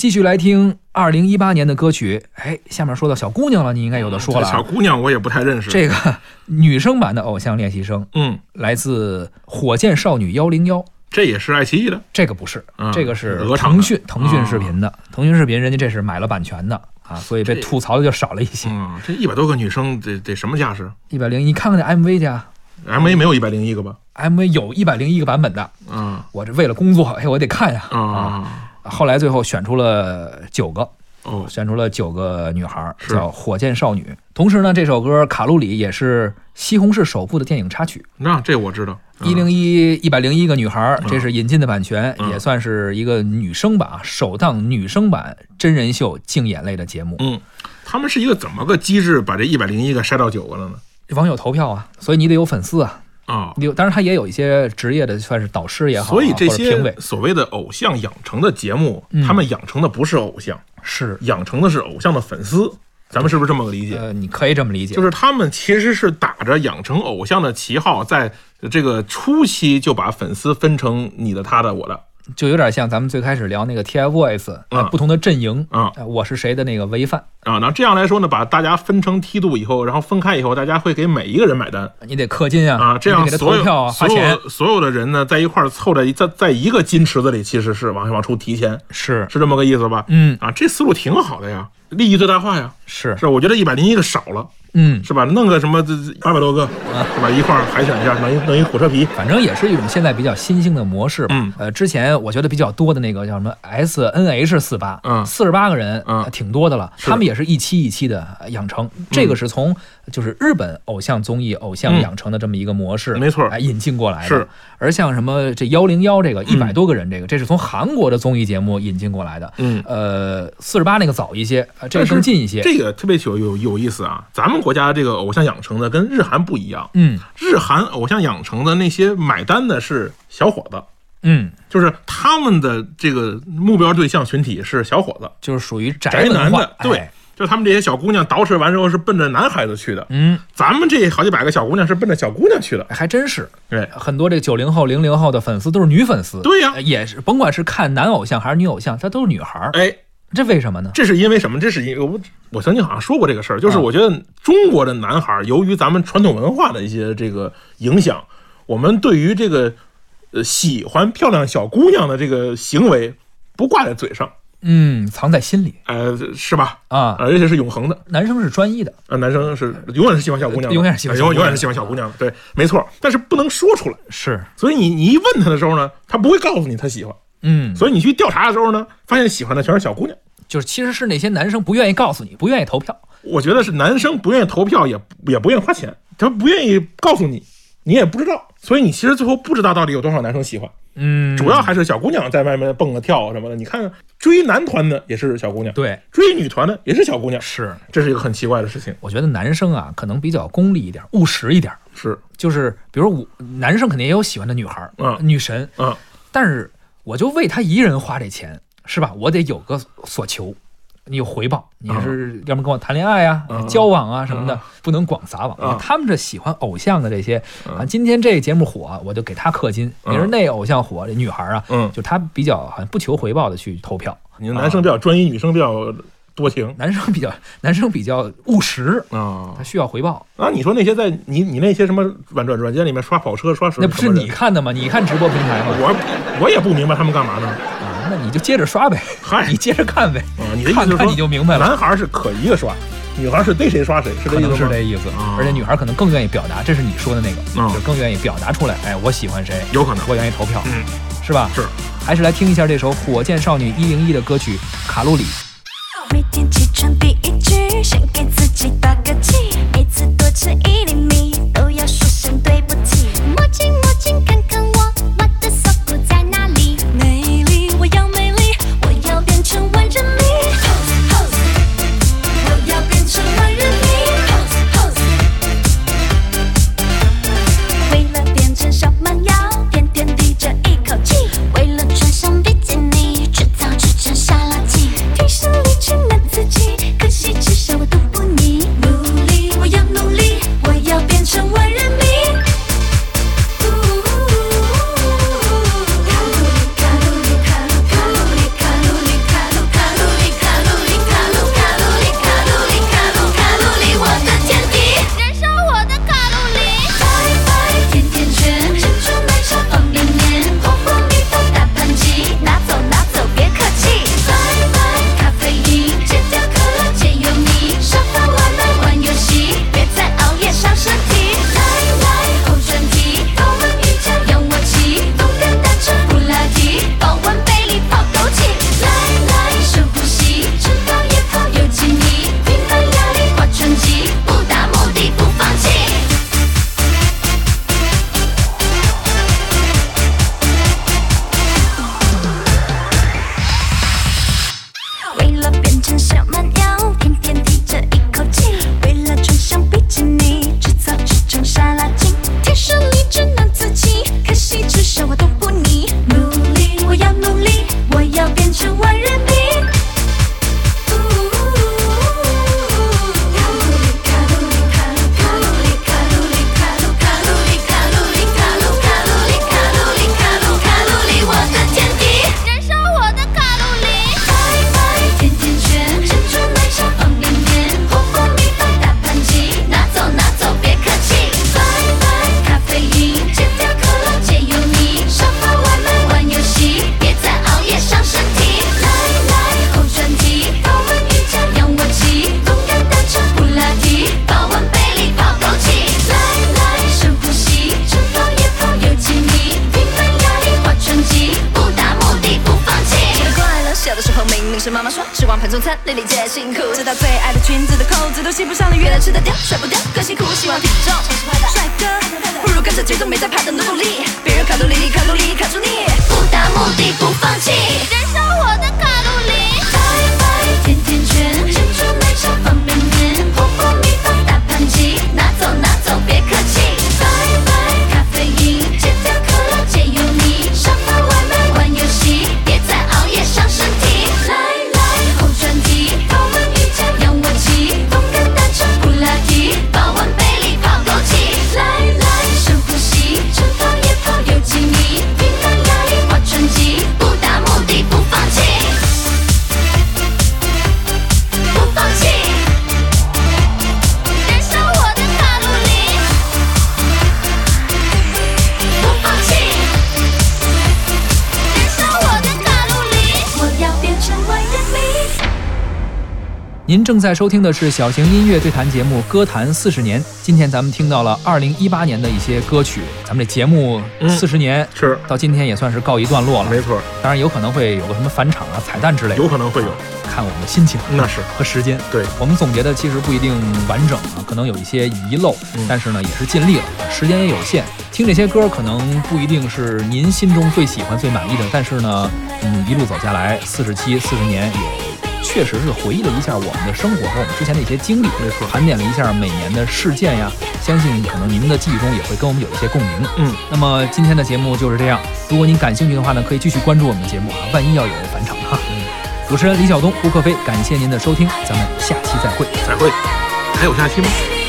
继续来听二零一八年的歌曲。哎，下面说到小姑娘了，你应该有的说了嗯这小啊。姑娘我也不太认识。这个女生版的《偶像练习生》嗯，来自火箭少女幺零幺，这也是爱奇艺的，这个不是，嗯这个是鹅厂的嗯腾讯腾讯视频的，腾讯视频人家这是买了版权的啊，所以被这吐槽的就少了一些。嗯，这一百多个女生得得什么架势一百零，你看看那 MV 去啊？M A 没有一百零一个吧？ ，MV 有一百零一个版本的，啊我这为了工作，哎，我得看呀啊。啊后来最后选出了九个，哦，选出了九个女孩儿，是叫《火箭少女》。同时呢，这首歌《卡路里》也是西红柿首部的电影插曲。那这我知道。嗯一零一一百零一个女孩儿，嗯这是引进的版权，嗯也算是一个女生版啊，首档女生版真人秀竞演类的节目。嗯，他们是一个怎么个机制把这一百零一个筛到九个了呢？网友投票啊，所以你得有粉丝啊。啊、你有，当然他也有一些职业的，算是导师也好啊，所以这或者评委些所谓的偶像养成的节目，嗯他们养成的不是偶像，是养成的是偶像的粉丝。咱们是不是这么个理解？呃，你可以这么理解，就是他们其实是打着养成偶像的旗号，在这个初期就把粉丝分成你的、他的、我的就有点像咱们最开始聊那个 TFBOYS 啊、嗯不同的阵营啊呃我是谁的那个违反，啊。那这样来说呢，把大家分成梯度以后，然后分开以后，大家会给每一个人买单你得氪金啊，啊。这样你得给他所投票啊，有花所钱有所有的人呢，在一块儿凑在一在在一个金池子里，其实是往往出提钱，是，是这么个意思吧？嗯，啊，这思路挺好的呀，利益最大化呀。是，是吧，我觉得一百零一个少了，嗯，是吧？弄个什么这八百多个，是吧？一块儿海选一下，弄一弄一火车皮，反正也是一种现在比较新兴的模式吧。嗯呃，之前我觉得比较多的那个叫什么 S N H 四八，嗯四十八个人，嗯呃挺多的了。他们也是一期一期的呃养成，这个是从就是日本偶像综艺偶像嗯养成的这么一个模式，没错哎，引进过来的。是，嗯而像什么这幺零幺这个一百多个人这个，这是从韩国的综艺节目引进过来的。嗯。呃，四十八那个早一些，呃这个但是更近一些。这个特别有有有意思啊！咱们国家这个偶像养成的跟日韩不一样，嗯日韩偶像养成的那些买单的是小伙子，嗯，就是他们的这个目标对象群体是小伙子，就是属于宅宅文男化的，对哎，就他们这些小姑娘捯饬完之后是奔着男孩子去的，嗯，咱们这好几百个小姑娘是奔着小姑娘去的，哎还真是。对，很多这九零后、零零后的粉丝都是女粉丝，对啊呀呃也是甭管是看男偶像还是女偶像，她都是女孩儿，哎，这为什么呢？这是因为什么？这是因为我我曾经好像说过这个事儿，就是啊我觉得中国的男孩儿由于咱们传统文化的一些这个影响，我们对于这个呃喜欢漂亮小姑娘的这个行为不挂在嘴上，嗯，藏在心里呃，是吧？啊。而且是永恒的，男生是专一的，呃，男生是永远是喜欢小姑娘的，永远是喜欢小永姑娘远永远是喜欢小姑娘的，对，没错。但是不能说出来，是，所以你你一问他的时候呢，他不会告诉你他喜欢，嗯，所以你去调查的时候呢，发现喜欢的全是小姑娘。就是其实是那些男生不愿意告诉你，不愿意投票，我觉得是男生不愿意投票，也也不愿意花钱，他不愿意告诉你，你也不知道，所以你其实最后不知道到底有多少男生喜欢，嗯，主要还是小姑娘在外面蹦个跳什么的。你看追男团的也是小姑娘，对追女团的也是小姑娘，是，这是一个很奇怪的事情。我觉得男生啊可能比较功利一点，务实一点，是，就是比如我男生肯定也有喜欢的女孩儿，嗯女神，嗯，但是我就为他一人花这钱，是吧？我得有个所求，你有回报，你是要么跟我谈恋爱啊、嗯交往啊什么的，不能广撒网。嗯他们这喜欢偶像的这些嗯啊，今天这节目火，我就给他氪金；嗯明儿那偶像火，这女孩啊，嗯就她比较好像不求回报的去投票。你们男生比较专一，女生比较多情男生比较 男生比较务实，啊他。需要回报。那你说那些在你你那些什么软软软件里面刷跑车刷什么那什么人？不是你看的吗？你看直播平台吗？我我也不明白他们干嘛呢。啊，那你就接着刷呗， 嗨你接着看呗，啊，你的意思看是看说你就明白了。男孩是可一个刷，女孩是逮谁刷谁，是这可意思能吗？是这意思啊，而且女孩可能更愿意表达，这是你说的那个，嗯就是更愿意表达出来。哎，我喜欢谁，有可能我愿意投票，嗯，是吧？是。还是来听一下这首火箭少女一零一的歌曲《卡路里》。每天起床第一句，先给自己打个气，每次多吃一厘米，都要说声对不起。摸清摸清，看看我，我的锁骨在哪里？美丽，我要美丽，我要变成万人迷。Pose pose，我要变成万人迷。Pose pose。为了变成小蛮腰，天天提着一口气；为了穿上比基尼，吃草吃成沙拉酱。天生丽质难自弃，可惜至少我都不腻。努力，我要努力，我要变成万人迷。牵手慢摇，天天提着一口气。为了穿上比基尼，制造这种沙拉精，天生丽质难自弃。可惜至少我都不腻，努力，我要努力，我要变成万人迷。呜呜呜卡路里卡路里卡路卡路里卡路里卡路卡路里卡路里卡路卡路里卡路里卡路卡路里，我的天地，燃烧我的卡路里。拜拜，甜甜圈，珍珠奶茶方便面，火锅米饭大盘鸡，拿走拿走别客气。拜拜，咖啡因，戒掉可乐戒油腻，沙发外卖玩游戏，别再熬夜伤身体。来来，后转体，高温瑜伽让我起，动感单车普拉提，保温杯里泡枸杞。来来，深呼吸，晨跑夜跑有请你，平凡压力划船机，不达目的不放弃。觉得快乐。小的时候明明是妈妈说吃光盘中餐，粒粒皆辛苦。直到最爱的裙子的扣子都系不上了，原来吃得掉，甩不掉，更辛苦。希望体重帅哥，不如跟着节奏没在怕的努力。别人卡路里，卡路里卡住你。不达目的不放弃，燃烧我的卡路里。拜拜，甜甜圈，珍珠奶茶方便面，火锅米饭大盘鸡，拿走拿走别客气。拜拜，咖啡因，戒掉可乐戒油腻，沙发外卖玩游戏，别再熬夜伤身体。来来，后转体，高温瑜伽让我起，动感单车普拉提，保温杯里泡枸杞。来来，深呼吸，晨跑夜跑有请你，平凡压力划船机，不达目的不放弃，不放弃，燃烧我的卡路里，不放弃，燃烧我的卡路里，我要变成万人迷。您正在收听的是小型音乐对谈节目《歌坛四十年》。今天咱们听到了二零一八年的一些歌曲，咱们这节目嗯四十年、是到今天也算是告一段落了。没错，当然有可能会有个什么返场啊、彩蛋之类的，有可能会有，看我们的心情那是和时间。对，我们总结的其实不一定完整啊，可能有一些遗漏，嗯但是呢也是尽力了，时间也有限。听这些歌可能不一定是您心中最喜欢、最满意的，但是呢，嗯，一路走下来，四十期、四十年也确实是回忆了一下我们的生活和我们之前的一些经历，没错盘点了一下每年的事件呀，相信可能您的记忆中也会跟我们有一些共鸣。嗯，那么今天的节目就是这样，如果您感兴趣的话呢，可以继续关注我们的节目啊，万一要有返场哈。主持人李晓东、胡克飞，感谢您的收听，咱们下期再会。再会，还有下期吗？ 「君の背中に